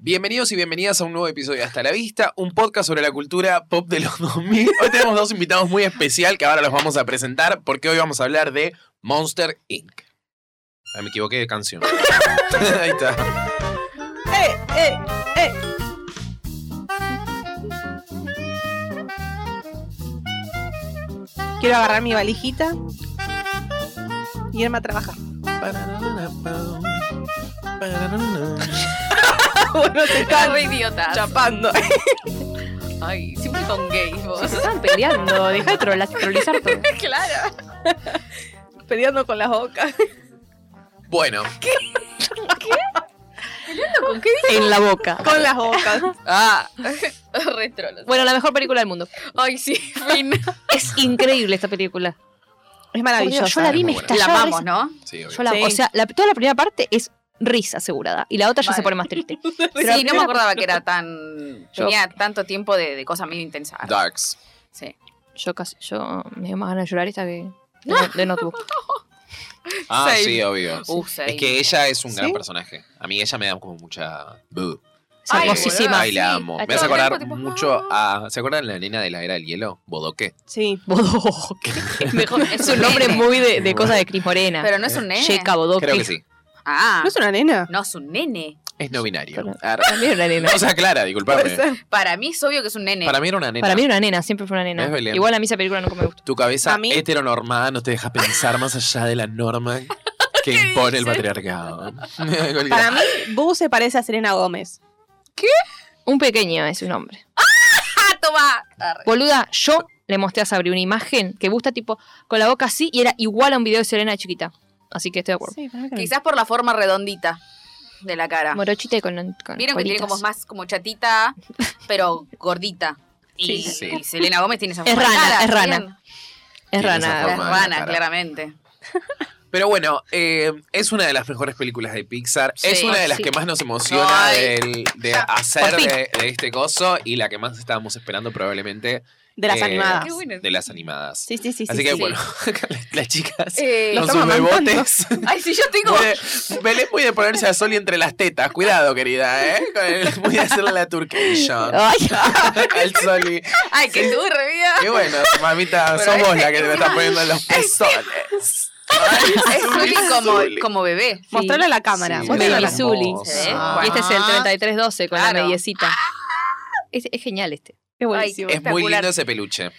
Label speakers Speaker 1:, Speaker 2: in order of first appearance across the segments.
Speaker 1: Bienvenidos y bienvenidas a un nuevo episodio de Hasta la Vista, un podcast sobre la cultura pop de los 2000. Hoy tenemos dos invitados muy especial que ahora los vamos a presentar porque hoy vamos a hablar de Monster Inc. Ah, me equivoqué de canción. Ahí está.
Speaker 2: ¡Eh, eh, eh! Quiero agarrar mi valijita y irme a trabajar. bueno, te
Speaker 3: Están
Speaker 2: están
Speaker 3: re idiotas.
Speaker 2: chapando.
Speaker 3: Ay, siempre con gays vos.
Speaker 4: Se están peleando, deja de trola- trolizar todo.
Speaker 3: claro.
Speaker 2: Peleando con las bocas.
Speaker 1: Bueno,
Speaker 3: ¿Con qué
Speaker 4: En la boca.
Speaker 2: Con las bocas.
Speaker 3: Ah, re trolos.
Speaker 4: Bueno, la mejor película del mundo.
Speaker 3: Ay, sí, fin.
Speaker 4: Es increíble esta película.
Speaker 2: Es
Speaker 4: Por
Speaker 2: maravilloso.
Speaker 4: Dios, yo la vi, me
Speaker 1: Muy buena.
Speaker 4: estallaba. de risa.
Speaker 3: ¿no?
Speaker 1: sí, obvio.
Speaker 4: Yo la-
Speaker 2: Sí.
Speaker 4: O sea, la- toda la primera parte es risa asegurada y la otra ya se
Speaker 3: Vale.
Speaker 4: pone más triste.
Speaker 3: Sí, no me acordaba que era tan. Tenía tanto tiempo de, de cosa medio intensa.
Speaker 1: Darks.
Speaker 3: Sí.
Speaker 4: Yo casi, yo me dio más ganas de llorar esta que de, no- de Notebook.
Speaker 1: Ah,
Speaker 3: Same.
Speaker 1: sí, obvio.
Speaker 3: Uh, sí.
Speaker 1: Es que ella es un gran
Speaker 2: ¿Sí?
Speaker 1: personaje. A mí ella me da como mucha... Buh.
Speaker 4: Es
Speaker 3: Ay,
Speaker 4: hermosísima.
Speaker 1: Ay, la amo.
Speaker 4: Ay,
Speaker 1: Me hace
Speaker 4: todo el
Speaker 1: acordar mucho a... ¿Se acuerdan de la nena de la era del hielo? Bodoque.
Speaker 2: Sí.
Speaker 4: Bodoque.
Speaker 3: Mejor- es
Speaker 4: Es un nombre
Speaker 3: nene,
Speaker 4: muy de, de cosa de Cris Morena.
Speaker 3: Pero no es un nene.
Speaker 4: Checa Bodoque.
Speaker 1: Creo que sí.
Speaker 3: Ah,
Speaker 2: ¿No es una nena?
Speaker 3: no es un nene.
Speaker 1: Es no binario.
Speaker 4: Pero-
Speaker 1: Ar-
Speaker 4: También era una nena.
Speaker 1: No, o sea, Clara, disculpame.
Speaker 2: Puede ser.
Speaker 3: Para mí es obvio que es un nene.
Speaker 1: Para mí era una nena.
Speaker 4: Para mí era una nena, siempre fue una
Speaker 1: Es
Speaker 4: nena.
Speaker 1: Belén.
Speaker 4: Igual a mí esa película nunca me gustó.
Speaker 1: Tu cabeza
Speaker 2: A mí-
Speaker 1: heteronormada no te deja pensar más allá de la norma que
Speaker 3: ¿Qué
Speaker 1: impone el
Speaker 3: dice?
Speaker 1: patriarcado.
Speaker 2: Para mí, Boo se parece a Serena Gómez.
Speaker 4: Un pequeño es un hombre.
Speaker 3: ¡Ah, toma! Arre.
Speaker 4: Boluda, yo le mostré a Sabri una imagen que gusta tipo con la boca así y era igual a un video de Selena de chiquita. Así que estoy de acuerdo.
Speaker 2: Sí, para mí también.
Speaker 3: Quizás por la forma redondita de la cara.
Speaker 4: Morochita y con, con
Speaker 3: Vieron que tiene
Speaker 4: colitas.
Speaker 3: como más como chatita, pero gordita. Y,
Speaker 1: Sí.
Speaker 3: y Selena Gómez tiene esa
Speaker 4: Es
Speaker 3: forma. de
Speaker 4: rana,
Speaker 3: cara,
Speaker 4: es rana. Ah,
Speaker 3: ¿bien?
Speaker 4: Es
Speaker 1: Tiene esa forma. de
Speaker 3: Es
Speaker 4: rana.
Speaker 1: la
Speaker 3: rana,
Speaker 1: cara.
Speaker 3: claramente.
Speaker 1: Pero bueno, eh, es una de las mejores películas de Pixar. es
Speaker 3: Sí.
Speaker 1: una de las
Speaker 4: Sí.
Speaker 1: que más nos emociona
Speaker 3: Ay.
Speaker 1: del- de
Speaker 3: Ya,
Speaker 1: hacer
Speaker 4: por fin.
Speaker 1: de, de este coso y la que más estábamos esperando probablemente.
Speaker 2: De las
Speaker 1: eh,
Speaker 2: animadas.
Speaker 3: Qué bueno.
Speaker 1: De las animadas.
Speaker 2: Sí, sí, sí.
Speaker 1: Así
Speaker 2: sí,
Speaker 1: que
Speaker 2: sí.
Speaker 1: bueno, las chicas
Speaker 3: Eh,
Speaker 1: con
Speaker 2: lo
Speaker 1: sus
Speaker 2: estamos amando.
Speaker 1: bebotes.
Speaker 3: Ay, sí, yo tengo.
Speaker 1: Muy de- Belén muy de ponerse a Soli entre las tetas. Cuidado, querida, ¿eh? Con el- Muy de hacerle la turcation
Speaker 4: Ay,
Speaker 1: al Soli.
Speaker 3: Ay, qué turbia.
Speaker 1: Y bueno, mamita,
Speaker 3: Pero
Speaker 1: sos vos
Speaker 3: este-
Speaker 1: la que te estás poniendo en los pezones.
Speaker 3: Es Zully como, como bebé.
Speaker 2: Mostrarle a la cámara.
Speaker 1: Sí,
Speaker 2: mostrarle a la
Speaker 4: Baby
Speaker 1: hermoso.
Speaker 4: Zully.
Speaker 3: Sí.
Speaker 4: Y este
Speaker 1: Ah.
Speaker 4: es el 3312 con
Speaker 3: Claro.
Speaker 4: la mediecita. Es, es genial este.
Speaker 2: Qué buenísimo.
Speaker 1: Es muy lindo ese peluche.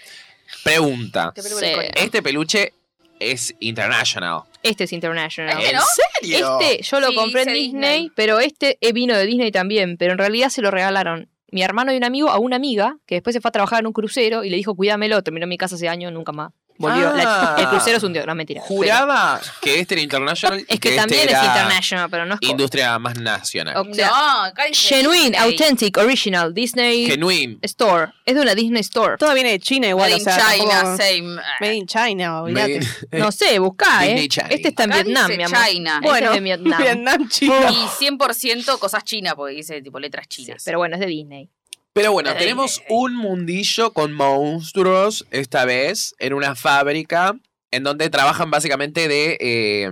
Speaker 1: Pregunta.
Speaker 3: Qué película
Speaker 4: Sí.
Speaker 3: icónica.
Speaker 1: Este peluche es international.
Speaker 4: Este es international.
Speaker 3: ¿Eh, no?
Speaker 4: Este yo lo
Speaker 3: Sí,
Speaker 4: compré en
Speaker 3: dice
Speaker 4: Disney,
Speaker 3: Disney.
Speaker 4: pero este eh, vino de Disney también, pero en realidad se lo regalaron mi hermano y un amigo a una amiga que después se fue a trabajar en un crucero y le dijo, cuídamelo, terminó en mi casa hace años, nunca más. Volvió.
Speaker 1: Ah.
Speaker 4: La- el crucero es un dios, no mentira.
Speaker 1: Juraba que este era international.
Speaker 4: Pero-
Speaker 1: y
Speaker 4: Es que,
Speaker 1: este
Speaker 4: también
Speaker 1: era
Speaker 4: es international, pero no es... co-
Speaker 1: Industria más nacional.
Speaker 4: o sea,
Speaker 3: no, acá dice
Speaker 4: Genuine,
Speaker 3: Disney.
Speaker 4: Authentic, Original, Disney
Speaker 1: Genuine.
Speaker 4: Store. Es de una Disney Store.
Speaker 2: Todo viene de China igual,
Speaker 3: Made
Speaker 2: o
Speaker 3: in
Speaker 2: sea,
Speaker 3: China,
Speaker 2: tampoco-
Speaker 3: same.
Speaker 2: Made in China, olvídate.
Speaker 4: No sé, buscá, ¿eh?
Speaker 1: Disney China.
Speaker 4: Este está en
Speaker 3: Acá
Speaker 4: Vietnam,
Speaker 3: dice
Speaker 4: mi amor.
Speaker 3: China.
Speaker 4: Bueno,
Speaker 2: Bueno,
Speaker 4: de Vietnam.
Speaker 2: Vietnam, China.
Speaker 3: Y 100% cosas chinas, porque dice tipo letras chinas.
Speaker 4: Pero bueno, es de Disney.
Speaker 1: Pero bueno,
Speaker 3: Ay,
Speaker 1: tenemos
Speaker 3: ay, ay.
Speaker 1: un mundillo con monstruos, esta vez, en una fábrica, en donde trabajan básicamente de eh,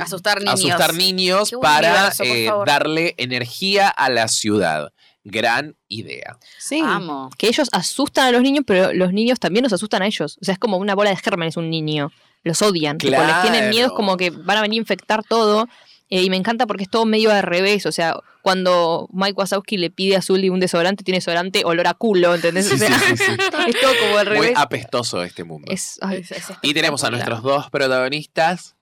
Speaker 3: asustar niños.
Speaker 1: asustar niños
Speaker 3: Qué buen
Speaker 1: para
Speaker 3: universo, por
Speaker 1: eh,
Speaker 3: favor.
Speaker 1: darle energía a la ciudad. Gran idea.
Speaker 2: Sí.
Speaker 3: Amo.
Speaker 4: Que ellos asustan a los niños, pero los niños también los asustan a ellos. O sea, es como una bola de gérmenes un niño. Los odian. tipo, les tienen miedo, es como que van a venir a infectar todo. Eh, y me encanta porque es todo medio al revés. O sea, cuando Mike Wazowski le pide a Zully un desodorante, tiene desodorante olor a culo, ¿entendés? O
Speaker 1: Sí,
Speaker 4: sea,
Speaker 1: sí, sí, sí.
Speaker 4: es todo como al
Speaker 1: Muy
Speaker 4: revés.
Speaker 1: apestoso este mundo.
Speaker 4: Es, ay,
Speaker 3: Es- es-
Speaker 1: Y tenemos a nuestros dos protagonistas,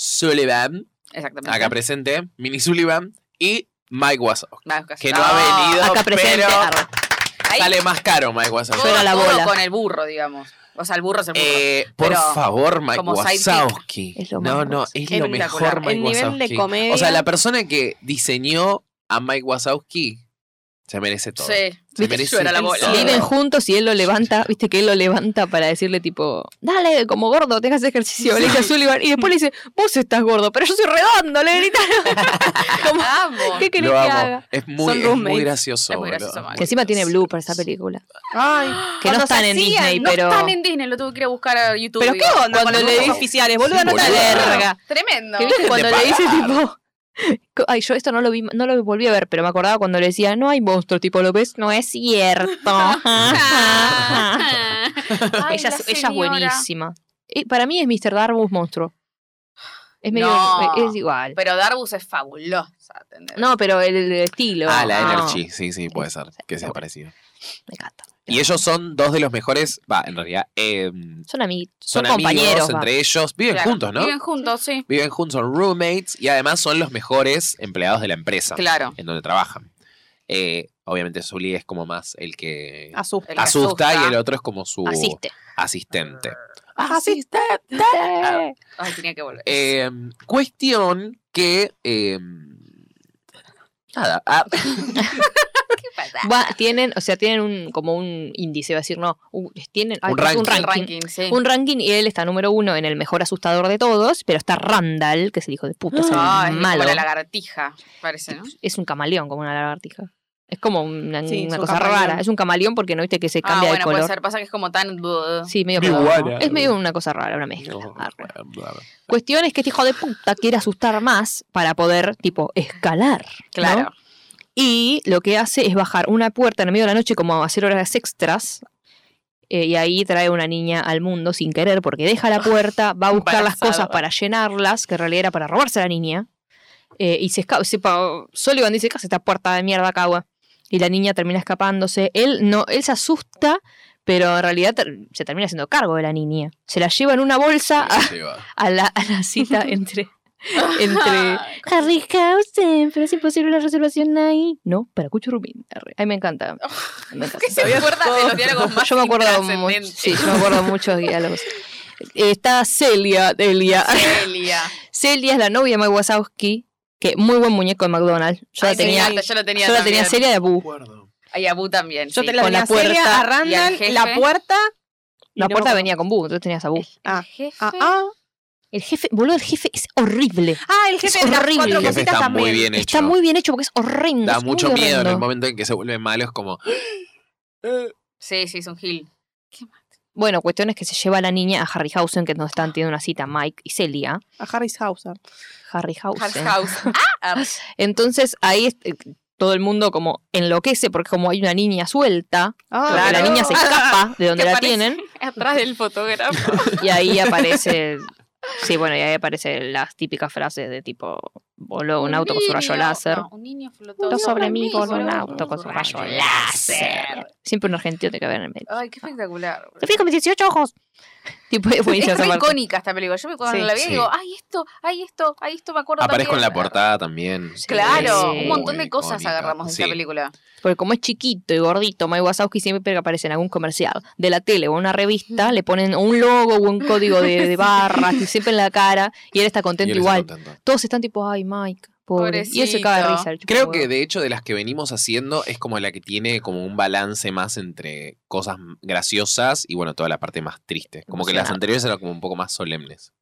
Speaker 1: Sullivan,
Speaker 3: Exactamente.
Speaker 1: acá presente, Mini Sullivan, y Mike Wazowski.
Speaker 3: Va,
Speaker 1: Que no, ha venido,
Speaker 4: acá presente.
Speaker 1: pero
Speaker 4: arre.
Speaker 3: Ahí
Speaker 1: sale más caro Mike Wazowski.
Speaker 3: todo-
Speaker 4: Suena la
Speaker 3: todo
Speaker 4: bola.
Speaker 3: con el burro, digamos. O sea, el burro es el burro.
Speaker 1: Eh, por
Speaker 3: Pero
Speaker 1: favor, Mike
Speaker 3: como sidekick.
Speaker 1: Wazowski.
Speaker 4: Es lo
Speaker 1: no,
Speaker 4: más
Speaker 1: no, es lo mejor
Speaker 3: espectacular.
Speaker 1: Mike
Speaker 2: El nivel de
Speaker 1: Wazowski.
Speaker 2: comedia.
Speaker 1: o sea, la persona que diseñó a Mike Wazowski se merece todo.
Speaker 3: sí.
Speaker 1: Se merece
Speaker 3: Suena la
Speaker 1: todo.
Speaker 3: bola.
Speaker 4: Viven juntos y él lo levanta, viste que él lo levanta para decirle tipo, dale, como gordo, tengas ejercicio, le dice a Sullivan, y después le dice, vos estás gordo, pero yo soy redondo, le grita. Como,
Speaker 3: Amo.
Speaker 4: ¿Qué querés
Speaker 1: Lo
Speaker 4: que
Speaker 1: amo.
Speaker 4: haga?
Speaker 1: Es
Speaker 2: Son
Speaker 1: muy, es
Speaker 2: roommates.
Speaker 1: muy gracioso.
Speaker 3: Es muy gracioso,
Speaker 1: boludo.
Speaker 3: Mike.
Speaker 4: Que encima tiene Blue para esta película.
Speaker 2: Ay,
Speaker 4: Que no
Speaker 3: Cuando se
Speaker 4: están en
Speaker 3: hacían,
Speaker 4: Disney,
Speaker 3: no
Speaker 4: pero.
Speaker 3: están en Disney, lo tuve que ir a buscar a YouTube.
Speaker 2: pero
Speaker 3: digo.
Speaker 2: ¿qué onda
Speaker 3: Cuando
Speaker 2: cuando
Speaker 3: le
Speaker 2: le
Speaker 3: dices
Speaker 2: oficiales, boluda?
Speaker 1: Sí,
Speaker 2: No te
Speaker 1: boluda.
Speaker 2: alerga.
Speaker 3: Tremendo.
Speaker 4: Que viste
Speaker 1: Dejen
Speaker 4: cuando
Speaker 1: de
Speaker 4: le dice
Speaker 1: pagar.
Speaker 4: tipo, Ay, yo esto no lo vi, no lo volví a ver, pero me acordaba cuando le decía, no hay monstruos, tipo, lo ves, no es cierto.
Speaker 3: Ay,
Speaker 4: ella,
Speaker 3: la
Speaker 4: es- ella
Speaker 3: señora.
Speaker 4: es buenísima. Y para mí es Mr. Darbus monstruo. Es medio. eh,
Speaker 3: No.
Speaker 4: Es igual.
Speaker 3: Pero Darbus es fabulosa. ¿entendés?
Speaker 4: No, pero el, el estilo.
Speaker 1: Ah, la
Speaker 4: no.
Speaker 1: Energy, sí, sí, puede ser, que sea parecido.
Speaker 4: Me encanta.
Speaker 1: Y ellos son dos de los mejores, va, en realidad, eh, son,
Speaker 4: Son amigos, son,
Speaker 1: amigos
Speaker 4: compañeros. va.
Speaker 1: entre ellos, viven
Speaker 3: Claro.
Speaker 1: juntos, ¿no?
Speaker 3: Viven juntos, sí.
Speaker 1: Viven juntos, son roommates y además son los mejores empleados de la empresa
Speaker 3: Claro.
Speaker 1: en donde trabajan. Eh, obviamente Zully es como más el que
Speaker 2: Asusta.
Speaker 3: Ah, El que
Speaker 1: asusta, y
Speaker 3: asusta. Ah,
Speaker 1: el otro es como su
Speaker 4: Asiste.
Speaker 1: asistente.
Speaker 2: Ah,
Speaker 3: Ay, tenía que volver.
Speaker 1: Eh, cuestión que... eh, nada, ah,
Speaker 3: ¿Qué pasa?
Speaker 4: Va, tienen, o sea, tienen un, como un índice, iba a decir, no, un- tienen ay,
Speaker 1: Un
Speaker 4: es un
Speaker 1: ranking.
Speaker 3: El
Speaker 4: ranking.
Speaker 3: ranking, sí.
Speaker 4: Un ranking y él está número uno en el mejor asustador de todos, pero está Randall, que es el hijo de puta, es el
Speaker 3: Ay, Ah, es
Speaker 4: malo.
Speaker 3: como la lagartija, parece, ¿no?
Speaker 4: Es un camaleón, como una lagartija. Es como una,
Speaker 2: Sí, es
Speaker 4: una
Speaker 2: un
Speaker 4: cosa
Speaker 2: camaleón.
Speaker 4: rara. Es un camaleón porque no viste que se
Speaker 3: Ah,
Speaker 4: cambia
Speaker 3: bueno,
Speaker 4: de color.
Speaker 3: puede ser. Pasa que es como tan.
Speaker 4: Sí, medio
Speaker 1: Iguana.
Speaker 4: color, ¿no? Es medio una cosa rara, una mezcla.
Speaker 1: eh, no, eh,
Speaker 4: Arre.
Speaker 1: bueno,
Speaker 4: Cuestión es que este hijo de puta quiere asustar más para poder, tipo, escalar. ¿no?
Speaker 3: Claro.
Speaker 4: Y lo que hace es bajar una puerta en el medio de la noche, como a hacer horas extras. eh, y ahí trae una niña al mundo sin querer, porque deja la puerta, va a buscar las
Speaker 3: Embarazada.
Speaker 4: cosas para llenarlas, que en realidad era para robarse a la niña. eh, y se escapa. Sullivan dice: ¿Qué hace esta puerta de mierda, cagua? Y la niña termina escapándose. Él, no, él se asusta, pero en realidad ter- se termina haciendo cargo de la niña. Se la lleva en una bolsa
Speaker 3: Ah,
Speaker 4: a-
Speaker 1: sí, va.
Speaker 4: a la, a la cita entre, entre Harry Housen, pero es imposible una reservación ahí. No, para Cuchurumin. Arre. Ay, me encanta. Me encanta.
Speaker 3: ¿Qué se acuerda de los diálogos más
Speaker 4: yo me acuerdo mucho.
Speaker 3: intrascendentes?
Speaker 4: Sí, yo me acuerdo muchos diálogos. Eh, Está Celia, Delia.
Speaker 3: Celia.
Speaker 4: Celia es la novia de Mike Wazowski, que muy buen muñeco de McDonald's. Yo la
Speaker 3: Ay, me
Speaker 4: tenía,
Speaker 3: encanta, yo la tenía.
Speaker 4: yo la tenía
Speaker 3: también.
Speaker 4: Celia de Boo.
Speaker 3: Ay, a Boo también.
Speaker 2: Yo
Speaker 3: sí.
Speaker 2: te la
Speaker 4: con la
Speaker 2: tenía Celia,
Speaker 4: puerta
Speaker 2: a
Speaker 3: y al
Speaker 2: Randall,
Speaker 3: jefe.
Speaker 2: la puerta. y
Speaker 4: La
Speaker 2: no me
Speaker 4: puerta
Speaker 2: acuerdo.
Speaker 4: venía con Boo, entonces tenías a Boo.
Speaker 2: Ah,
Speaker 3: jefe.
Speaker 2: Ah, ah.
Speaker 4: El jefe, boludo, el jefe es horrible.
Speaker 2: Ah, el
Speaker 4: Es
Speaker 2: jefe de las
Speaker 4: horrible.
Speaker 2: cuatro
Speaker 1: El jefe
Speaker 2: cositas
Speaker 1: está
Speaker 2: también.
Speaker 1: muy bien hecho.
Speaker 4: Está muy bien hecho porque es horrendo.
Speaker 1: da
Speaker 4: es muy
Speaker 1: mucho miedo en el
Speaker 4: horrendo.
Speaker 1: momento en que se vuelve malo, es como...
Speaker 3: Sí, sí, es un Gil.
Speaker 4: Bueno, cuestión es que se lleva a la niña a Harryhausen, que es donde están teniendo una cita Mike y Celia.
Speaker 2: A Harry's House.
Speaker 4: Harryhausen.
Speaker 3: House. Ah,
Speaker 4: Entonces ahí es- eh, todo el mundo como enloquece porque como hay una niña suelta,
Speaker 2: Ah,
Speaker 4: porque la
Speaker 3: Claro.
Speaker 4: niña se escapa de donde
Speaker 3: ¿Qué
Speaker 4: la
Speaker 3: parece?
Speaker 4: tienen
Speaker 3: Ah, atrás del fotógrafo.
Speaker 4: y ahí aparece... Sí, bueno, y ahí aparecen las típicas frases de tipo, voló un, auto con su rayo
Speaker 3: niño-
Speaker 4: láser.
Speaker 3: no, un niño flotó.
Speaker 4: Dos sobre mí con
Speaker 3: voló
Speaker 4: un auto con su rayo láser. Siempre un argentino tiene que ver en el medio.
Speaker 3: Ay, qué espectacular. boludo.
Speaker 4: Te fui con mis 18 ojos. Tipo, es buenísima
Speaker 3: Es
Speaker 4: esa
Speaker 3: muy
Speaker 4: parte.
Speaker 3: icónica esta película. Yo me cuando
Speaker 2: Sí.
Speaker 3: la vi
Speaker 1: Sí.
Speaker 3: digo, ay, esto, ay, esto, ay, esto me acuerdo
Speaker 1: Aparezco en
Speaker 3: también.
Speaker 1: la portada también.
Speaker 3: Claro,
Speaker 4: Sí.
Speaker 1: Es
Speaker 3: un montón de
Speaker 1: muy
Speaker 3: cosas
Speaker 1: icónica.
Speaker 3: agarramos de
Speaker 1: Sí.
Speaker 3: esta película.
Speaker 4: Porque como es chiquito y gordito, Mike Wazowski siempre aparece en algún comercial de la tele o una revista, le ponen o un logo o un código de, de barras, y siempre en la cara, y él está
Speaker 1: Y
Speaker 4: contento
Speaker 1: él está
Speaker 4: igual.
Speaker 1: contento.
Speaker 4: Todos están tipo, ay, Mike, pobre. Y él se caga de risa. el chupa
Speaker 1: Creo
Speaker 4: huevo.
Speaker 1: que de hecho de las que venimos haciendo es como la que tiene como un balance más entre cosas graciosas y bueno, toda la parte más triste. Como que las
Speaker 4: Emocionante.
Speaker 1: anteriores eran como un poco más solemnes.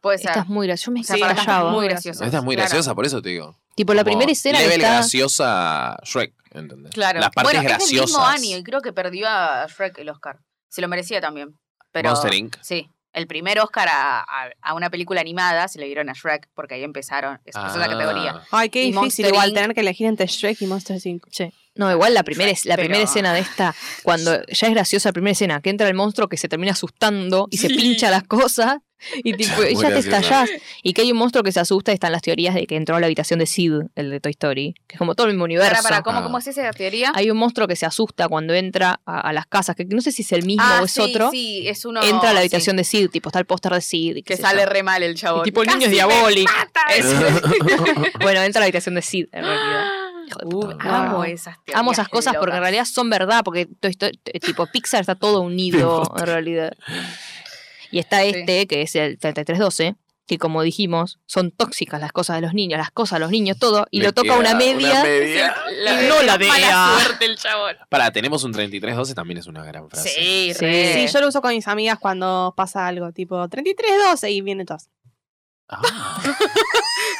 Speaker 3: Puede ser.
Speaker 4: Estás muy gracioso, yo me
Speaker 3: O sea,
Speaker 2: Sí,
Speaker 3: para
Speaker 2: estás
Speaker 4: callaba.
Speaker 3: muy
Speaker 1: No,
Speaker 3: graciosa.
Speaker 1: Esta es muy
Speaker 3: Claro.
Speaker 1: graciosa, por eso te digo.
Speaker 4: Tipo, la
Speaker 1: Como
Speaker 4: primera escena
Speaker 1: Level
Speaker 4: está...
Speaker 1: graciosa Shrek, ¿entendés?
Speaker 3: Claro.
Speaker 1: Las partes
Speaker 3: bueno, Es del
Speaker 1: graciosas.
Speaker 3: mismo año y creo que perdió a Shrek el Oscar. Se lo merecía también. Pero,
Speaker 1: Monster Inc.
Speaker 3: Sí. El primer Oscar a, a- a una película animada se le dieron a Shrek porque ahí empezaron. Es, es una
Speaker 1: Ah.
Speaker 3: categoría.
Speaker 2: Ay, qué
Speaker 3: Y
Speaker 2: difícil
Speaker 3: Monster
Speaker 2: igual
Speaker 3: Inc.
Speaker 2: tener que elegir entre Shrek y Monster Inc.
Speaker 4: No, igual la primera, es- la
Speaker 3: Pero-
Speaker 4: primera escena de esta, cuando ya es graciosa la primera escena, que entra el monstruo que se termina asustando y se
Speaker 3: Sí.
Speaker 4: pincha las cosas y tipo,
Speaker 1: Muy
Speaker 4: y ya te
Speaker 1: graciosa.
Speaker 4: estallás. Y que hay un monstruo que se asusta y están las teorías de que entró a la habitación de Sid, el de Toy Story, que es como todo el mismo universo.
Speaker 3: Para, para, ¿cómo,
Speaker 1: Ah.
Speaker 3: ¿cómo es esa teoría?
Speaker 4: Hay un monstruo que se asusta cuando entra a, a las casas, que no sé si es el mismo
Speaker 3: ah,
Speaker 4: o es
Speaker 3: sí,
Speaker 4: otro.
Speaker 3: Sí, es uno.
Speaker 4: Entra a la
Speaker 3: sí,
Speaker 4: habitación de Sid, tipo está el póster de Sid. y qué
Speaker 3: Que
Speaker 4: sé
Speaker 3: sale
Speaker 4: yo.
Speaker 3: re mal el
Speaker 4: Y
Speaker 3: chabón.
Speaker 4: tipo, el niño es
Speaker 3: ¡Casi me
Speaker 4: diabólico.
Speaker 3: mata!
Speaker 4: Bueno, entra a la habitación de Sid, en realidad. Hijo de puta.
Speaker 2: Uh,
Speaker 3: Amo
Speaker 2: Wow.
Speaker 3: esas teorías.
Speaker 4: Amo esas cosas porque en
Speaker 3: locas.
Speaker 4: realidad son verdad, porque Toy Story- t- tipo Pixar está todo unido en realidad. Y está este, que es el 3312, que como dijimos, son tóxicas las cosas de los niños, las cosas de los niños, todo, y
Speaker 1: Le
Speaker 4: lo toca
Speaker 1: queda
Speaker 4: una media.
Speaker 3: La-
Speaker 4: No la vea.
Speaker 3: Mala suerte el chabón.
Speaker 1: Para, tenemos un 3312, también es una gran frase.
Speaker 3: Sí,
Speaker 4: Sí.
Speaker 3: re.
Speaker 2: Sí, yo lo uso con mis amigas cuando pasa algo, tipo 33-12 y vienen todas.
Speaker 1: Ah.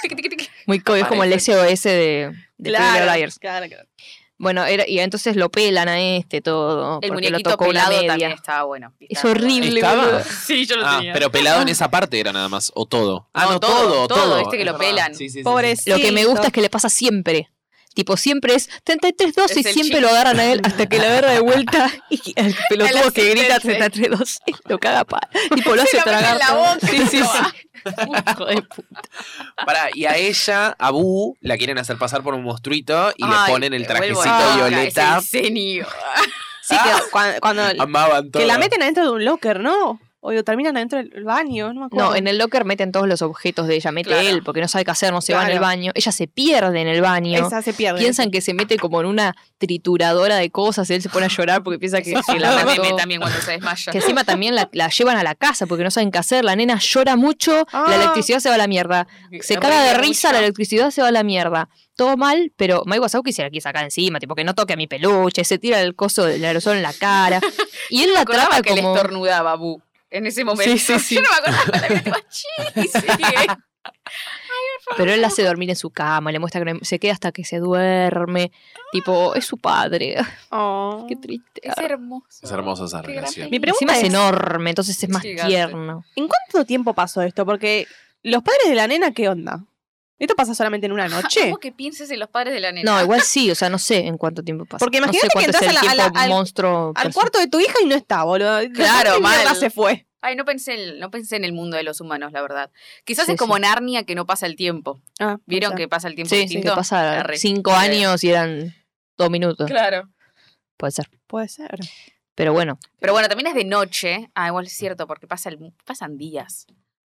Speaker 3: Tic, tic, tic.
Speaker 4: Muy co- es como el SOS de, de Pretty Little Liars.
Speaker 2: claro, claro.
Speaker 4: Bueno, era- y entonces lo pelan a este todo.
Speaker 3: El
Speaker 4: porque lo
Speaker 3: muñequito
Speaker 4: tocó una
Speaker 3: pelado
Speaker 4: media.
Speaker 3: también estaba bueno.
Speaker 4: Es
Speaker 3: Estaba-
Speaker 4: horrible.
Speaker 1: ¿Estaba?
Speaker 4: boludo. Sí, yo lo
Speaker 1: Ah,
Speaker 4: tenía.
Speaker 1: pero pelado en esa parte era nada más, o todo. Ah,
Speaker 3: No,
Speaker 1: no,
Speaker 3: todo,
Speaker 1: todo, todo.
Speaker 3: todo, viste que
Speaker 1: es
Speaker 3: lo
Speaker 1: verdad.
Speaker 3: pelan.
Speaker 1: Sí, sí, sí, sí.
Speaker 2: Pobrecito.
Speaker 4: Lo que me gusta es que le pasa siempre. Tipo, siempre es 33-12 y
Speaker 3: Es el
Speaker 4: siempre
Speaker 3: chiste.
Speaker 4: lo agarran a él hasta que la agarra de vuelta y el pelotudo que grita
Speaker 3: asistente.
Speaker 4: 33-12 lo caga pa. Tipo, lo
Speaker 3: Se
Speaker 4: hace
Speaker 3: lo mete en
Speaker 4: tragar.
Speaker 3: la
Speaker 4: todo.
Speaker 3: boca Ah. y
Speaker 4: sí, sí,
Speaker 3: lo
Speaker 4: sí. Hijo de puta.
Speaker 1: Pará, y a ella, a Bu, la quieren hacer pasar por un monstruito y
Speaker 3: Ay, Ah,
Speaker 1: le ponen el
Speaker 3: me vuelvo
Speaker 1: trajecito
Speaker 3: loca,
Speaker 1: violeta.
Speaker 3: ese diseño.
Speaker 2: Sí, que cuando, cuando-
Speaker 1: Amaban todo.
Speaker 2: que la meten adentro de un locker, ¿no? O digo, terminan adentro del baño, no me acuerdo.
Speaker 4: No, en el locker meten todos los objetos de ella. Mete
Speaker 3: Claro.
Speaker 4: él porque no sabe qué hacer, no se va en el
Speaker 2: Claro.
Speaker 4: baño. Ella se pierde en el baño.
Speaker 2: Esa se pierde.
Speaker 4: Piensan que se mete como en una trituradora de cosas. Él se pone a llorar porque piensa que se la
Speaker 3: La
Speaker 4: mató.
Speaker 3: meme también cuando se desmaya.
Speaker 4: Que encima también la, la llevan a la casa porque no saben qué hacer. La nena llora mucho,
Speaker 2: Ah.
Speaker 4: la electricidad se va a la mierda. Se caga de risa, la electricidad se va a la mierda. Todo mal, pero Mike Wazowski se la quiere sacar encima, tipo que no toque a mi peluche, se tira el coso del aerosol en la cara. Y él la
Speaker 3: acordaba
Speaker 4: trata
Speaker 3: que le
Speaker 4: como.
Speaker 3: estornudaba Bu en ese momento.
Speaker 4: Sí, sí, sí.
Speaker 3: Yo no me acordaba la tipo, "Chi, sí".
Speaker 4: Pero él la hace dormir en su cama, le muestra que no- se queda hasta que se duerme. Tipo, es su padre.
Speaker 2: Oh.
Speaker 4: Qué triste.
Speaker 3: Es hermoso.
Speaker 1: Es hermosa esa
Speaker 3: Qué gran
Speaker 1: relación.
Speaker 2: Mi
Speaker 3: película.
Speaker 2: pregunta
Speaker 4: Encima es
Speaker 2: es,
Speaker 4: enorme, entonces es más
Speaker 3: Gigante.
Speaker 4: tierno.
Speaker 2: ¿en cuánto tiempo pasó esto? Porque los padres de la nena, ¿qué onda? ¿Esto pasa solamente en una noche?
Speaker 3: ¿Cómo que pienses en los padres de la nena?
Speaker 4: No, igual sí, o sea, no sé en cuánto tiempo pasa.
Speaker 2: Porque
Speaker 4: No sé
Speaker 2: imagínate que
Speaker 4: cuánto es
Speaker 2: entras
Speaker 4: el
Speaker 2: a la- a la-
Speaker 4: tiempo
Speaker 2: al-
Speaker 4: monstruo.
Speaker 2: Al
Speaker 4: perso-
Speaker 2: cuarto de tu hija y no está, boludo.
Speaker 3: Claro,
Speaker 2: ¿Qué mierda
Speaker 3: mal.
Speaker 2: se fue.
Speaker 3: Ay, no pensé en, no pensé en el mundo de los humanos, la verdad. Quizás
Speaker 4: Sí,
Speaker 3: es como
Speaker 4: sí.
Speaker 3: Narnia que no pasa el tiempo.
Speaker 2: Ah,
Speaker 3: ¿Vieron
Speaker 2: o sea,
Speaker 3: que pasa el tiempo
Speaker 4: Sí, sí,
Speaker 3: distinto?
Speaker 4: que pasa
Speaker 3: Arre.
Speaker 4: cinco
Speaker 3: Arre.
Speaker 4: años y eran dos minutos.
Speaker 3: Claro.
Speaker 4: Puede ser.
Speaker 2: Puede ser.
Speaker 4: Pero bueno,
Speaker 3: Pero bueno, también es de noche. Ah, igual es cierto, porque pasa el- pasan días.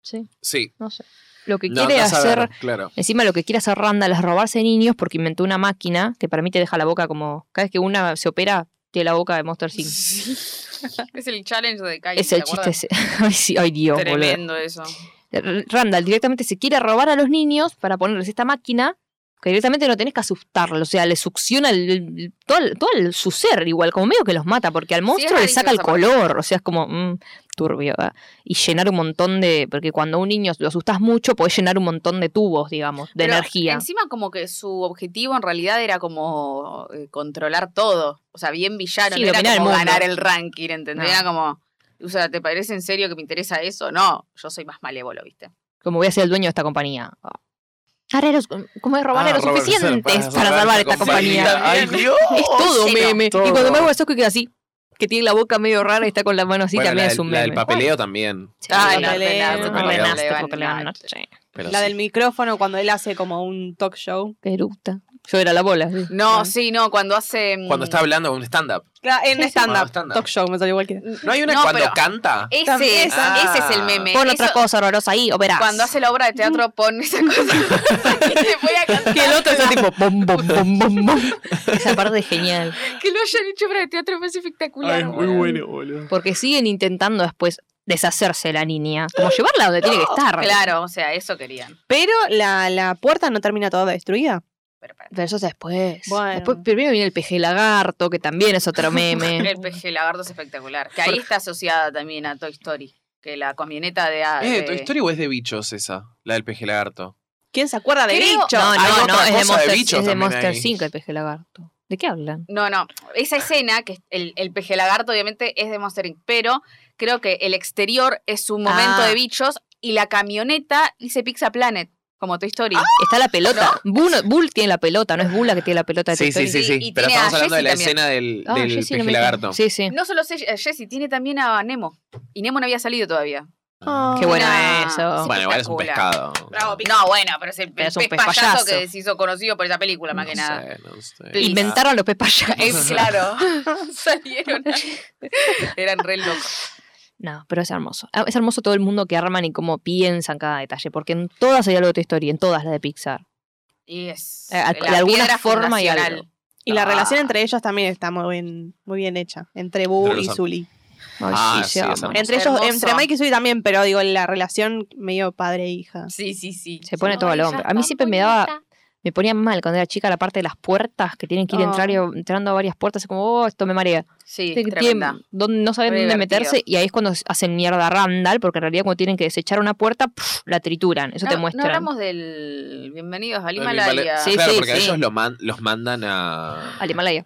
Speaker 4: sí,
Speaker 1: Sí.
Speaker 4: no sé. Lo que
Speaker 1: No,
Speaker 4: quiere
Speaker 1: andás a
Speaker 4: hacer,
Speaker 1: ver, claro.
Speaker 4: encima lo que quiere hacer Randall es robarse niños porque inventó una máquina que permite dejar la boca como. Cada vez que una se opera, tiene la boca de Monster Inc.
Speaker 3: Es el challenge de Kai.
Speaker 4: Es
Speaker 3: ¿te
Speaker 4: el chiste
Speaker 3: acuerdas?
Speaker 4: ese. Ay, sí, ay, Dios, boludo.
Speaker 3: Tremendo eso.
Speaker 4: Eh, R- Randall directamente se quiere robar a los niños para ponerles esta máquina que directamente no tenés que asustarlo, o sea, le succiona el- el- todo, el- todo el- su ser igual, como medio que los mata, porque al monstruo le
Speaker 3: rarísimo
Speaker 4: saca el
Speaker 3: esa parte.
Speaker 4: color, o sea, es como mm, turbio, ¿verdad? y llenar un montón de, porque cuando a un niño lo asustás mucho, podés llenar un montón de tubos, digamos, de
Speaker 3: Pero
Speaker 4: energía.
Speaker 3: Encima, como que su objetivo en realidad era como eh, controlar todo. O sea, bien villano.
Speaker 4: Sí,
Speaker 3: no era
Speaker 4: dominar el
Speaker 3: como
Speaker 4: mundo.
Speaker 3: ganar el ranking, ¿entendés?
Speaker 4: No.
Speaker 3: Era como. O sea, ¿te parece en serio que me interesa eso? No, yo soy más malévolo, ¿viste?
Speaker 4: Como voy a ser el dueño de esta compañía. Ahora los- como es robar
Speaker 1: Ah,
Speaker 4: a los
Speaker 1: Robert
Speaker 4: suficientes
Speaker 1: Serpa,
Speaker 4: para, salvar esta compañía.
Speaker 1: Ay, Dios.
Speaker 4: Es todo
Speaker 3: cero.
Speaker 4: meme.
Speaker 1: Oh, Todo.
Speaker 4: Y cuando me hago eso, que queda así, que tiene la boca medio rara y está con la mano así,
Speaker 1: Bueno,
Speaker 4: también
Speaker 1: la,
Speaker 4: es
Speaker 1: del-
Speaker 4: un
Speaker 1: la
Speaker 4: meme.
Speaker 1: del papeleo también.
Speaker 4: Sí,
Speaker 3: Ay,
Speaker 2: no,
Speaker 4: papeleo,
Speaker 2: ordenaste,
Speaker 4: papeleo,
Speaker 3: ordenaste,
Speaker 4: ordenaste,
Speaker 3: papeleo,
Speaker 4: ordenaste.
Speaker 1: pero
Speaker 2: la
Speaker 1: sí.
Speaker 2: del micrófono cuando él hace como un talk show.
Speaker 4: Peruta. Yo era la bola. sí.
Speaker 3: No,
Speaker 2: Ah.
Speaker 3: sí, no, cuando hace. mm,
Speaker 1: Cuando está hablando con un stand-up.
Speaker 2: Claro, en
Speaker 4: Sí, sí.
Speaker 1: Ah,
Speaker 2: stand-up.
Speaker 1: stand-up.
Speaker 2: talk show, me salió cualquiera.
Speaker 1: ¿No hay una
Speaker 3: No,
Speaker 1: cuando
Speaker 3: pero
Speaker 1: canta?
Speaker 3: Ese,
Speaker 2: También.
Speaker 3: es-
Speaker 1: Ah.
Speaker 3: ese es el meme.
Speaker 4: Pon otra
Speaker 3: Eso-
Speaker 4: cosa horrorosa ahí o verás.
Speaker 3: Cuando hace la obra de teatro, pon esa cosa. Te voy a cantar.
Speaker 4: que el otro está tipo bom, bom, bom, bom, bom. Esa parte es genial.
Speaker 3: Que lo hayan hecho obra de teatro me parece espectacular. boludo.
Speaker 1: boludo.
Speaker 4: Porque siguen intentando después deshacerse de la niña. Como llevarla donde tiene que estar.
Speaker 3: Claro, o sea, eso querían.
Speaker 2: Pero la, la puerta no termina toda destruida.
Speaker 3: Pero para-
Speaker 4: Pero eso es después.
Speaker 2: Bueno.
Speaker 4: Después- primero viene el peje lagarto, que también es otro meme.
Speaker 3: El peje lagarto es espectacular. Que ahí está asociada también a Toy Story. Que la camioneta de.
Speaker 1: ¿Es de Eh, Toy Story o es de bichos esa? La del peje lagarto.
Speaker 2: ¿Quién se acuerda de
Speaker 3: Creo-
Speaker 2: bicho?
Speaker 4: no,
Speaker 1: Hay
Speaker 4: no,
Speaker 1: otra
Speaker 4: no, es de
Speaker 1: cosa de
Speaker 4: Monster,
Speaker 1: bichos
Speaker 4: es de
Speaker 1: también
Speaker 4: Monster
Speaker 1: ahí.
Speaker 4: 5 el peje lagarto. ¿De qué hablan?
Speaker 3: No, no. Esa escena, que es el, el peje lagarto, obviamente, es de Monster Inc. Pero creo que el exterior es un momento
Speaker 4: Ah.
Speaker 3: de bichos y la camioneta dice Pizza Planet, como Toy Story.
Speaker 4: Está la pelota. Bull, no- Bull tiene la pelota, no es Bull la que tiene la pelota de
Speaker 1: Sí,
Speaker 4: Toy
Speaker 1: sí,
Speaker 4: Story.
Speaker 1: sí,
Speaker 3: Y-
Speaker 1: sí.
Speaker 3: y
Speaker 1: Pero
Speaker 3: tiene a
Speaker 1: estamos hablando de la
Speaker 3: Jessie
Speaker 1: escena del,
Speaker 4: Ah,
Speaker 1: del
Speaker 4: yo sí, no
Speaker 1: peje
Speaker 4: me
Speaker 1: lagarto.
Speaker 4: Sí, sí.
Speaker 3: No solo Jesse, tiene también a Nemo. Y Nemo no había salido todavía.
Speaker 1: Ah.
Speaker 4: Qué bueno
Speaker 3: Una-
Speaker 4: eso.
Speaker 1: Bueno, igual es un
Speaker 3: espectacular.
Speaker 1: pescado.
Speaker 3: Bravo, Pi- No, bueno, pero es el
Speaker 4: Pero es un
Speaker 3: pez
Speaker 4: pez
Speaker 3: payaso,
Speaker 4: payaso.
Speaker 3: que se hizo conocido por esa película, más
Speaker 1: No
Speaker 3: que nada.
Speaker 1: sé, no sé.
Speaker 3: Please.
Speaker 4: Inventaron los pepayas.
Speaker 3: Es claro. Salieron. Eran re locos.
Speaker 4: No, pero es hermoso. Ah, Es hermoso todo el mundo que arman y cómo piensan cada detalle, porque en todas hay algo de tu historia, en todas las de Pixar.
Speaker 3: Y es.
Speaker 4: Eh, al- de alguna
Speaker 3: piedra
Speaker 4: forma y
Speaker 3: fundacional.
Speaker 4: algo.
Speaker 2: Y la
Speaker 4: Ah.
Speaker 2: relación entre ellos también está muy bien, muy bien hecha. Entre Boo
Speaker 1: Entre
Speaker 2: y
Speaker 1: los-
Speaker 2: Zully.
Speaker 4: Ay,
Speaker 1: Ah,
Speaker 4: sí,
Speaker 1: sí,
Speaker 4: se
Speaker 1: es
Speaker 4: aman.
Speaker 1: hermoso.
Speaker 2: Entre ellos,
Speaker 3: Hermoso.
Speaker 2: entre Mike y Zully también, pero digo, la relación medio padre e hija.
Speaker 3: Sí, sí, sí.
Speaker 4: Se pone todo al hombro. A mí siempre me daba- me ponían mal cuando era chica la parte de las puertas, que tienen que ir
Speaker 3: Oh.
Speaker 4: entrar y- entrando a varias puertas, es como, oh, esto me marea.
Speaker 3: Sí,
Speaker 4: Tienen-
Speaker 3: tremenda.
Speaker 4: donde- no saben
Speaker 3: Re
Speaker 4: dónde
Speaker 3: divertido.
Speaker 4: meterse y ahí es cuando hacen mierda a Randall, porque en realidad cuando tienen que desechar una puerta, pf, la trituran, eso
Speaker 3: no,
Speaker 4: te
Speaker 3: no
Speaker 4: muestran.
Speaker 3: hablamos del Bienvenidos al
Speaker 1: Del Himalaya.
Speaker 3: Himalaya.
Speaker 4: Sí,
Speaker 1: claro, porque a
Speaker 4: sí.
Speaker 1: ellos lo man- los mandan a.
Speaker 4: Al Himalaya.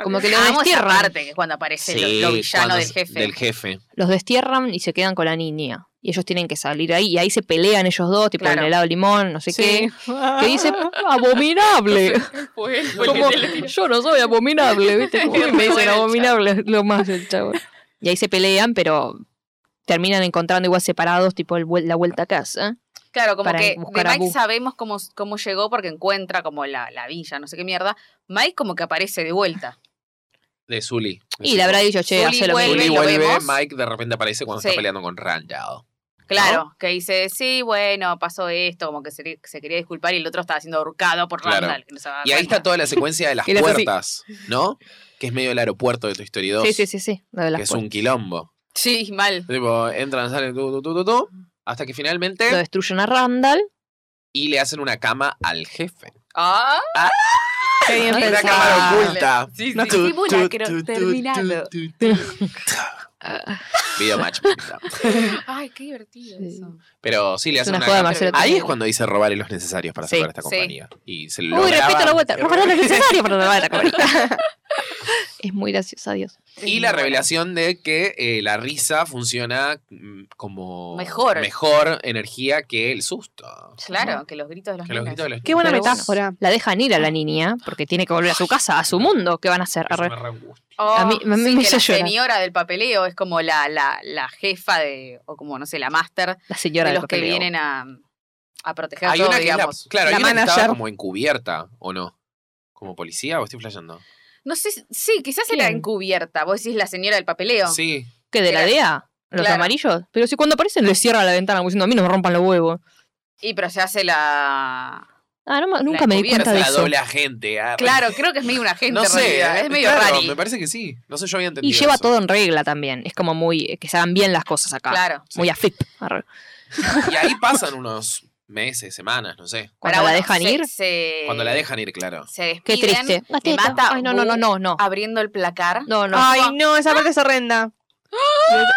Speaker 4: como que lo
Speaker 3: Amo esa
Speaker 4: destierran.
Speaker 3: parte que es cuando aparece
Speaker 1: Sí,
Speaker 3: lo, lo villano
Speaker 1: cuando-
Speaker 3: del jefe.
Speaker 1: Del jefe.
Speaker 4: Los destierran y se quedan con la niña. Y ellos tienen que salir ahí. Y ahí se pelean ellos dos, tipo
Speaker 3: Claro.
Speaker 4: el helado limón, no sé qué.
Speaker 2: Sí. Ah.
Speaker 4: Que dice, abominable. Como, yo no soy abominable, ¿viste? Como
Speaker 3: Es
Speaker 4: me
Speaker 3: muy
Speaker 4: dicen
Speaker 3: bueno el
Speaker 4: abominable lo más el chavo. Y ahí se pelean, pero terminan encontrando igual separados, tipo el vuel- la vuelta a casa.
Speaker 3: Claro, como
Speaker 4: para
Speaker 3: que de
Speaker 4: buscar a
Speaker 3: Mike
Speaker 4: Boo.
Speaker 3: sabemos cómo, cómo llegó porque encuentra como la, la villa, no sé qué mierda. Mike como que aparece de vuelta.
Speaker 1: De Zully.
Speaker 4: Y le habrá dicho, che,
Speaker 3: Zully
Speaker 4: hace lo
Speaker 3: vuelve
Speaker 4: mismo.
Speaker 1: Zully
Speaker 3: lo
Speaker 1: vuelve,
Speaker 3: vemos.
Speaker 1: Mike de repente aparece cuando
Speaker 3: Sí.
Speaker 1: está peleando con Randall.
Speaker 3: Claro, que dice, sí, bueno, pasó esto, como que se, se quería disculpar y el otro estaba siendo ahorcado por
Speaker 1: Claro.
Speaker 3: Randall. que no se daba
Speaker 1: Y ahí
Speaker 3: Ah, cuenta.
Speaker 1: está toda la secuencia de las
Speaker 4: Y le hace así.
Speaker 1: puertas, ¿no? Que es medio el aeropuerto de tu historia 2.
Speaker 4: Sí, sí, sí, sí. lo de las
Speaker 1: que es
Speaker 4: puertas.
Speaker 1: un quilombo.
Speaker 3: Sí, mal.
Speaker 1: Tipo, entran, salen, tu, tu, tu, tu, tu, hasta que
Speaker 4: Lo
Speaker 1: finalmente.
Speaker 4: destruyen a Randall.
Speaker 1: Y le hacen una cama al jefe.
Speaker 3: Ah,
Speaker 2: Qué bien
Speaker 1: Una
Speaker 2: pensado.
Speaker 1: cámara oculta.
Speaker 3: sí,
Speaker 1: No,
Speaker 3: sí.
Speaker 1: tu,
Speaker 3: Sí,
Speaker 1: tu,
Speaker 3: Simulacro,
Speaker 1: tu, tu,
Speaker 3: terminado.
Speaker 1: tu, tu, tu. Video match. puta.
Speaker 3: Ay, qué divertido
Speaker 4: Sí.
Speaker 3: eso.
Speaker 1: Pero sí, le
Speaker 4: Es
Speaker 1: hacen
Speaker 4: una
Speaker 1: una,
Speaker 4: joda de
Speaker 1: cama.
Speaker 4: Marcelo
Speaker 1: Ahí
Speaker 4: Tinelli.
Speaker 1: es cuando dice robaré los necesarios para
Speaker 4: Sí,
Speaker 1: salvar esta
Speaker 3: sí.
Speaker 1: compañía. Y se lo
Speaker 4: Uy, repito
Speaker 1: graban.
Speaker 4: la vuelta. Robaré lo necesario para robar la cobertura. Es muy gracioso, adiós.
Speaker 1: Y la revelación de que eh, la risa funciona mm, como
Speaker 3: Mejor.
Speaker 1: mejor energía que el susto.
Speaker 3: Claro, que los gritos de los
Speaker 1: Que los
Speaker 3: nenes.
Speaker 1: gritos de los
Speaker 2: Qué buena
Speaker 4: Pero bueno.
Speaker 2: metáfora.
Speaker 4: La dejan ir a la niña porque tiene que volver a su casa, a su mundo. ¿Qué van a hacer?
Speaker 1: Eso
Speaker 4: Arre.
Speaker 1: me re gusta.
Speaker 4: A mí- a mí me
Speaker 3: Oh, que
Speaker 4: hizo
Speaker 3: la
Speaker 4: llorar.
Speaker 3: señora del papeleo es como la, la, la jefa de, o como, no sé, la máster
Speaker 4: La señora
Speaker 3: de
Speaker 4: del
Speaker 3: los que
Speaker 4: papeleo.
Speaker 3: vienen a, a proteger
Speaker 1: Hay
Speaker 3: todo,
Speaker 1: una que es la-
Speaker 3: digamos.
Speaker 1: claro, hay
Speaker 2: La
Speaker 1: una que estaba
Speaker 2: manager.
Speaker 1: como encubierta, ¿o no? ¿Como policía o estoy flasheando?
Speaker 3: No sé, si- sí, quizás era
Speaker 4: ¿Quién?
Speaker 3: encubierta. Vos decís la señora del papeleo.
Speaker 1: Sí.
Speaker 4: ¿Qué, de la
Speaker 3: Claro.
Speaker 4: DEA? ¿Los
Speaker 3: Claro.
Speaker 4: amarillos? Pero si cuando aparecen le cierran la ventana, como diciendo, a mí no me rompan los huevos.
Speaker 3: Y pero se hace la.
Speaker 4: Ah, no me- nunca me di
Speaker 3: encubierta,
Speaker 4: cuenta
Speaker 1: Pero
Speaker 4: de
Speaker 1: es la
Speaker 4: eso.
Speaker 1: doble agente. arre.
Speaker 3: Claro, creo que es medio una gente
Speaker 1: No
Speaker 3: en
Speaker 1: sé,
Speaker 3: realidad,
Speaker 1: eh,
Speaker 3: Es medio
Speaker 1: claro,
Speaker 3: rari.
Speaker 1: me parece que sí. No sé, yo había entendido
Speaker 4: Y lleva
Speaker 1: eso.
Speaker 4: todo en regla también. Es como muy. eh, que se hagan bien las cosas acá.
Speaker 3: Claro.
Speaker 4: Muy a FIP. Arre.
Speaker 1: Y ahí pasan unos meses, semanas, no sé.
Speaker 3: Pero
Speaker 4: Cuando la
Speaker 3: bueno,
Speaker 4: dejan
Speaker 3: se-
Speaker 4: ir.
Speaker 3: se-
Speaker 1: Cuando la dejan ir, claro.
Speaker 3: Se
Speaker 4: Qué
Speaker 3: despiden.
Speaker 4: triste. La
Speaker 3: Le
Speaker 4: teta.
Speaker 3: mata Ah.
Speaker 4: Ay, no, no, no, no, no.
Speaker 3: Abriendo el placar.
Speaker 4: No, no.
Speaker 2: Ay, no, esa parte es horrenda.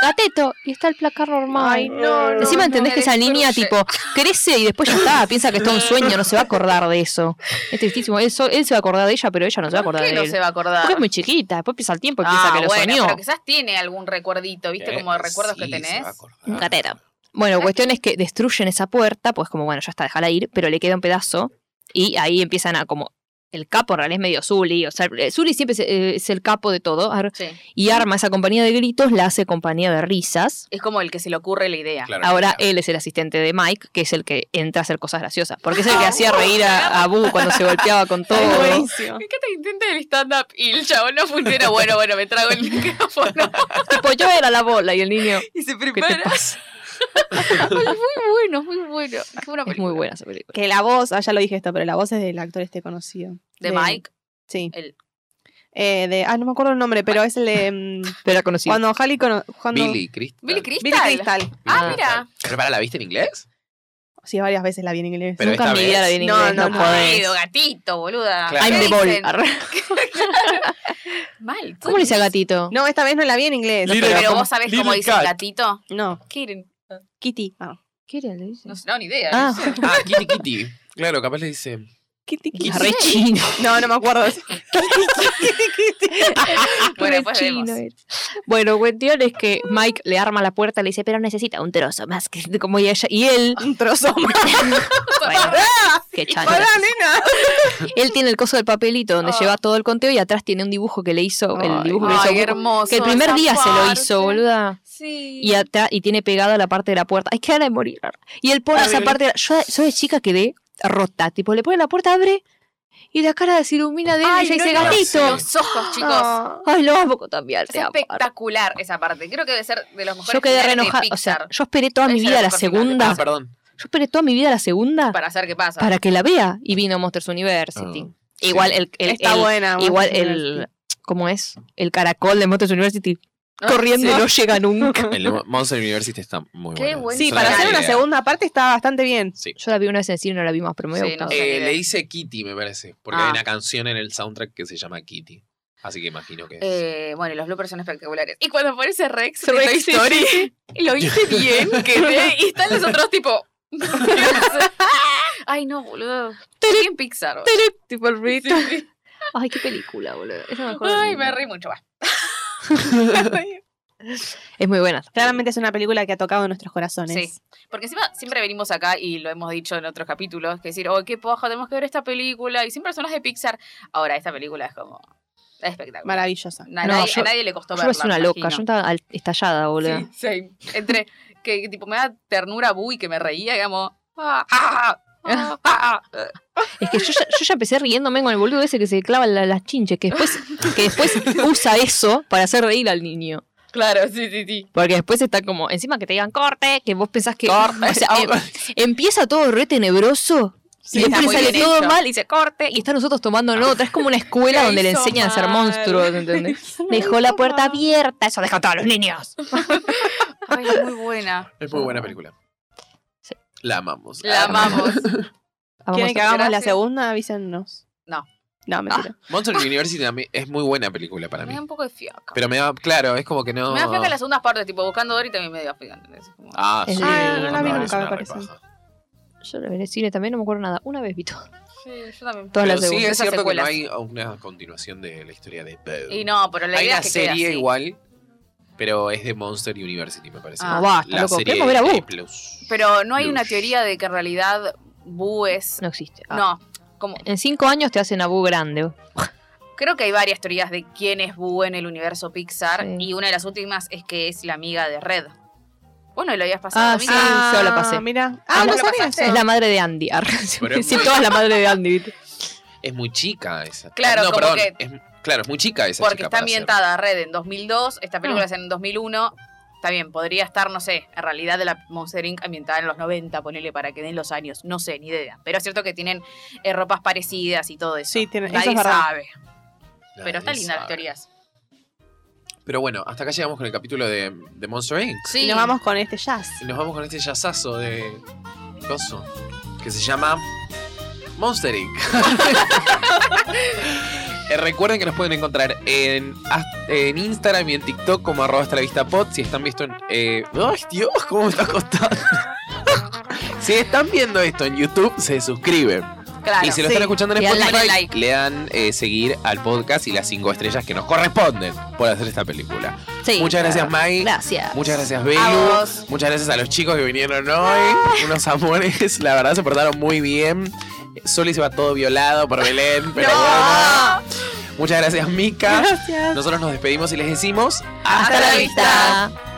Speaker 4: Gateto. Y está el placar normal.
Speaker 2: Ay, no, no.
Speaker 4: Encima entendés
Speaker 3: me
Speaker 4: que esa niña,
Speaker 3: destruye.
Speaker 4: tipo, crece y después ya está. Piensa que está un sueño, no se va a acordar de eso. Es tristísimo. Él, so- él se va a acordar de ella, pero ella no se va a
Speaker 3: ¿Por
Speaker 4: acordar
Speaker 3: qué
Speaker 4: de
Speaker 3: no
Speaker 4: él.
Speaker 3: se va a acordar?
Speaker 4: Porque es muy chiquita. Después piensa el tiempo y
Speaker 3: ah,
Speaker 4: piensa que lo
Speaker 3: bueno,
Speaker 4: soñó. Eh,
Speaker 3: pero quizás tiene algún recuerdito, ¿viste?
Speaker 1: ¿Qué?
Speaker 3: Como recuerdos que
Speaker 1: Eh, Sí, se
Speaker 3: tenés.
Speaker 1: va a acordar.
Speaker 4: Un gatero. Bueno, cuestión es que destruyen esa puerta, pues como bueno, ya está, déjala ir, pero le queda un pedazo y ahí empiezan a como el capo en realidad es medio Zully, o sea, eh, Zully siempre es, eh, es el capo de todo ar-
Speaker 3: Sí.
Speaker 4: y arma esa compañía de gritos, la hace compañía de risas.
Speaker 3: Es como el que se le ocurre la idea.
Speaker 1: Claro,
Speaker 4: Ahora
Speaker 1: claro.
Speaker 4: él es el asistente de Mike, que es el que entra a hacer cosas graciosas, porque es el que hacía reír a, a Boo cuando se golpeaba con todo.
Speaker 2: Ay, buenísimo.
Speaker 3: ¿Qué te intenta el stand-up y el chabón no funciona? Bueno, bueno, me trago el micrófono
Speaker 4: tipo, yo era la bola y el niño,
Speaker 3: y se
Speaker 4: ¿qué te
Speaker 3: prepara.
Speaker 4: pasa?
Speaker 3: Muy bueno, muy bueno. Qué buena
Speaker 4: Es muy
Speaker 3: película.
Speaker 4: buena esa película.
Speaker 2: Que la voz, ah, ya lo dije esto, pero la voz es del actor este conocido.
Speaker 3: De Mike.
Speaker 2: Sí.
Speaker 3: el-
Speaker 2: Eh, de, ah, no me acuerdo el nombre, pero es el de. mm,
Speaker 4: Pero era conocido.
Speaker 2: Cuando Halley. cono- cuando-
Speaker 1: Billy, Crystal.
Speaker 3: Billy Crystal.
Speaker 2: Billy Crystal.
Speaker 3: Ah,
Speaker 1: Billy
Speaker 3: mira.
Speaker 1: Crystal. ¿Pero para la viste en inglés?
Speaker 2: Sí, varias veces la vi en inglés.
Speaker 1: Pero
Speaker 4: Nunca
Speaker 1: esta
Speaker 4: en mi vida
Speaker 1: vez-
Speaker 4: la vi en
Speaker 2: No,
Speaker 4: inglés, no,
Speaker 2: no, no.
Speaker 4: podés.
Speaker 3: Marido, gatito, boluda.
Speaker 1: Claro.
Speaker 4: I'm
Speaker 3: ¿Qué
Speaker 4: the ball.
Speaker 3: dicen?
Speaker 4: Arre.
Speaker 3: Mal.
Speaker 4: ¿Cómo le dice a gatito?
Speaker 2: No, esta vez no la vi en inglés.
Speaker 1: Little-
Speaker 3: Pero,
Speaker 2: pero-
Speaker 1: ¿cómo?
Speaker 3: vos sabés cómo
Speaker 1: Little
Speaker 3: dice
Speaker 1: cat.
Speaker 3: gatito.
Speaker 2: no,
Speaker 3: Kirin.
Speaker 2: Kitty. Ah,
Speaker 3: No, sé, no, ni idea.
Speaker 4: Ah.
Speaker 3: no sé.
Speaker 1: Ah, Kitty Kitty. Claro, capaz le dice.
Speaker 2: Kitty, Kitty.
Speaker 4: Es re chino.
Speaker 2: No, no me acuerdo. Kitty, Kitty.
Speaker 3: Bueno,
Speaker 4: Re
Speaker 3: después
Speaker 4: chino eh.
Speaker 3: vemos.
Speaker 4: es. Bueno, cuestión es que Mike le arma la puerta y le dice, pero necesita un trozo más que como ella. Y él,
Speaker 2: Un trozo más.
Speaker 4: bueno, qué chano.
Speaker 2: Pará, nena.
Speaker 4: Él tiene el coso del papelito donde
Speaker 3: Ah.
Speaker 4: lleva todo el conteo y atrás tiene un dibujo que le hizo, el dibujo que le hizo
Speaker 3: Ay,
Speaker 4: Goku,
Speaker 3: hermoso.
Speaker 4: que el primer
Speaker 3: esa
Speaker 4: día se lo hizo,
Speaker 3: parte.
Speaker 4: boluda.
Speaker 3: Sí.
Speaker 4: Y, atrás- y tiene pegado la parte de la puerta. Ay, qué gana de morir. Y él pone esa
Speaker 1: Horrible.
Speaker 4: parte. de la- Yo soy chica quedé rota. Tipo, le pone la puerta, abre. Y la cara se ilumina de él
Speaker 3: Ay,
Speaker 4: y ella
Speaker 3: no,
Speaker 4: dice,
Speaker 3: no, no.
Speaker 4: gatito.
Speaker 3: Los ojos, chicos.
Speaker 2: Ah.
Speaker 4: Ay, lo amo también.
Speaker 3: Es
Speaker 4: te amo.
Speaker 3: espectacular esa parte. Creo que debe ser de los mejores.
Speaker 4: Yo quedé re
Speaker 3: finales de
Speaker 4: enojada. O
Speaker 3: Pixar
Speaker 4: sea, yo esperé toda mi
Speaker 3: Ese
Speaker 4: vida
Speaker 3: era
Speaker 4: la
Speaker 3: el mejor final de
Speaker 4: segunda.
Speaker 1: Ah, perdón.
Speaker 4: Yo esperé toda mi vida la segunda
Speaker 3: para saber qué pasa.
Speaker 4: para que la vea. Y vino Monsters University. E
Speaker 1: Ah,
Speaker 4: Igual
Speaker 1: sí.
Speaker 4: el, el-
Speaker 2: Está
Speaker 4: el-
Speaker 2: buena.
Speaker 4: Igual
Speaker 2: Monsters
Speaker 4: el. ¿Cómo es? El caracol de Monsters University.
Speaker 3: Ah,
Speaker 4: corriendo y no llega nunca.
Speaker 1: El de Mo- Monster University está muy
Speaker 3: Qué
Speaker 1: bueno.
Speaker 3: bueno.
Speaker 2: Sí,
Speaker 1: Es
Speaker 2: para
Speaker 1: gran
Speaker 2: hacer una
Speaker 1: idea.
Speaker 2: segunda parte está bastante bien.
Speaker 4: Yo la vi una vez en el cine y no la vi más, pero me había
Speaker 3: Sí, no.
Speaker 4: gustado.
Speaker 1: Eh,
Speaker 3: idea.
Speaker 1: le hice Kitty, me parece. Porque
Speaker 3: Ah.
Speaker 1: hay una canción en el soundtrack que se llama Kitty. Así que imagino que es.
Speaker 3: Eh, bueno, y los bloopers son espectaculares. Y cuando aparece Rex, de
Speaker 4: Rex,
Speaker 3: Toy
Speaker 4: sí,
Speaker 3: Story, lo hice bien, quedé. Y están los otros tipo. Ay, no, boludo. Estoy en Pixar. boludo.
Speaker 4: Tipo el
Speaker 3: Sí, sí.
Speaker 4: Ay, qué película, boludo. Es, lo mejor del
Speaker 3: Ay,
Speaker 4: mundo.
Speaker 3: me reí mucho. va.
Speaker 4: es muy buena.
Speaker 2: Claramente es una película que ha tocado nuestros corazones.
Speaker 3: Sí. Porque encima siempre venimos acá y lo hemos dicho en otros capítulos, que decir, oh, qué poja, tenemos que ver esta película. Y siempre son las de Pixar. Ahora, esta película es como espectacular.
Speaker 2: Maravillosa.
Speaker 3: Na- A,
Speaker 4: No,
Speaker 3: nadie,
Speaker 4: yo-
Speaker 3: a nadie le costó
Speaker 4: Yo
Speaker 3: verla.
Speaker 4: es una
Speaker 3: me
Speaker 4: loca, yo
Speaker 3: imagino.
Speaker 4: estaba al- estallada, boludo.
Speaker 3: Sí, same. Entre que, que tipo me da ternura bu y que me reía, digamos. ah, ah, ah, ah, ah.
Speaker 4: Es que yo ya, yo ya empecé riéndome con el boludo ese que se clava la- las chinches, que después, que después usa eso para hacer reír al niño.
Speaker 3: Claro, sí, sí, sí.
Speaker 4: Porque después está como, encima que te digan corte, que vos pensás que. O
Speaker 3: Eh,
Speaker 4: sea,
Speaker 1: Ah,
Speaker 4: em- empieza todo re tenebroso.
Speaker 3: Sí,
Speaker 4: y
Speaker 3: está
Speaker 4: después
Speaker 3: muy
Speaker 4: sale
Speaker 3: bien
Speaker 4: todo
Speaker 3: hecho.
Speaker 4: mal y se corte. Y están nosotros tomando nota. Es como una escuela
Speaker 3: Lo
Speaker 4: donde le
Speaker 3: hizo
Speaker 4: enseñan a ser
Speaker 3: mal.
Speaker 4: monstruos, ¿entendés? Dejó la puerta abierta. Eso deja a todos los niños.
Speaker 3: Ay, es muy buena.
Speaker 1: es muy buena película.
Speaker 4: Sí.
Speaker 1: La amamos.
Speaker 3: La amamos.
Speaker 2: ¿Quieren
Speaker 4: Vamos
Speaker 2: que hagamos la
Speaker 3: Gracias.
Speaker 2: segunda? Avísennos.
Speaker 3: No.
Speaker 2: No, mentira.
Speaker 1: Monster University también es muy buena película para
Speaker 3: Me da
Speaker 1: mí.
Speaker 3: un poco de fiaca.
Speaker 1: Pero me da, claro, es como que no.
Speaker 3: Me da fiaca las segundas partes, tipo buscando Dory también me da fiaca. ¿entendés? Es como-
Speaker 1: Ah,
Speaker 4: Es
Speaker 1: sí.
Speaker 4: de- Ah, no la vi
Speaker 1: es
Speaker 4: nunca,
Speaker 1: una
Speaker 2: me parece.
Speaker 1: repaja.
Speaker 4: Yo la vi en el cine también, no me acuerdo nada. Una vez vi todo.
Speaker 3: Sí, yo también.
Speaker 4: Todas
Speaker 1: Pero
Speaker 4: las
Speaker 1: sí,
Speaker 4: segundas.
Speaker 1: es
Speaker 3: Esas
Speaker 1: cierto
Speaker 3: secuelas.
Speaker 1: que no hay una continuación de la historia de Belle.
Speaker 3: Y no, pero la
Speaker 1: Eh, hay
Speaker 3: idea
Speaker 1: una
Speaker 3: es que quede
Speaker 1: serie
Speaker 3: así.
Speaker 1: igual, pero es de Monster University, me parece.
Speaker 3: Ah,
Speaker 4: No, basta,
Speaker 1: la
Speaker 4: loco.
Speaker 1: serie
Speaker 4: Queremos ver a
Speaker 1: de
Speaker 4: vos.
Speaker 1: Disney Plus.
Speaker 3: Pero no hay una
Speaker 1: Plus.
Speaker 3: teoría de que en realidad Bu es.
Speaker 4: No existe. Ah.
Speaker 3: No. Ah, Como,
Speaker 4: En cinco años te hacen Abu grande.
Speaker 3: creo que hay varias teorías de quién es Bu en el universo Pixar.
Speaker 4: Sí.
Speaker 3: Y una de las últimas es que es la amiga de Red. Vos no lo habías pasado.
Speaker 4: Ah,
Speaker 3: amiga.
Speaker 4: sí. yo la pasé.
Speaker 2: Mira. Ah,
Speaker 3: Ah,
Speaker 2: no
Speaker 3: vos la
Speaker 2: sabía
Speaker 3: pasaste.
Speaker 2: eso.
Speaker 4: Es la madre de Andy. Ar-
Speaker 1: Pero es
Speaker 4: Ah, Sí,
Speaker 1: muy-
Speaker 4: todas la madre de Andy. ¿viste?
Speaker 1: Es muy chica esa.
Speaker 3: Claro,
Speaker 1: no,
Speaker 3: como
Speaker 1: perdón,
Speaker 3: que-
Speaker 1: es- claro, es muy chica esa
Speaker 3: Porque
Speaker 1: chica
Speaker 3: está
Speaker 1: para ser.
Speaker 3: ambientada Red en 2002, esta
Speaker 2: Ah.
Speaker 3: película es en 2001. Está bien, podría estar, no sé, en realidad de la Monster Inc. ambientada en los 90, ponele para que den los años, no sé, ni idea. Pero es cierto que tienen eh, ropas parecidas y todo eso.
Speaker 2: Sí, tiene- eso
Speaker 3: Nadie
Speaker 2: es verdad.
Speaker 3: sabe,
Speaker 1: Nadie
Speaker 3: pero está linda las
Speaker 1: sabe.
Speaker 3: teorías.
Speaker 1: Pero bueno, hasta acá llegamos con el capítulo de, de Monster Inc.
Speaker 3: Sí,
Speaker 2: Y nos vamos con este jazz.
Speaker 1: Y nos vamos con este yazazo de coso que se llama Monster Inc. Eh, Recuerden que nos pueden encontrar en, as- en Instagram y en TikTok como arroba hasta la vista pod. Si están visto en... eh, ¡Ay, Dios! ¿Cómo me está costando? si están viendo esto en YouTube, se suscriben.
Speaker 3: claro.
Speaker 1: y si lo
Speaker 2: sí.
Speaker 1: están escuchando en
Speaker 4: Le dan
Speaker 1: Spotify,
Speaker 3: like.
Speaker 1: le dan eh, seguir al podcast y las cinco estrellas que nos corresponden por hacer esta película.
Speaker 4: Sí,
Speaker 1: Muchas gracias, Mai.
Speaker 4: Gracias.
Speaker 1: Muchas gracias, Belu.
Speaker 3: vos.
Speaker 1: Muchas gracias a los chicos que vinieron hoy. Unos amores. La verdad se portaron muy bien. Soli se va todo violado por Belén, pero bueno. Muchas gracias, Mika.
Speaker 2: Gracias.
Speaker 1: Nosotros nos despedimos y les decimos.
Speaker 3: Hasta la vista.
Speaker 4: Hasta la vista.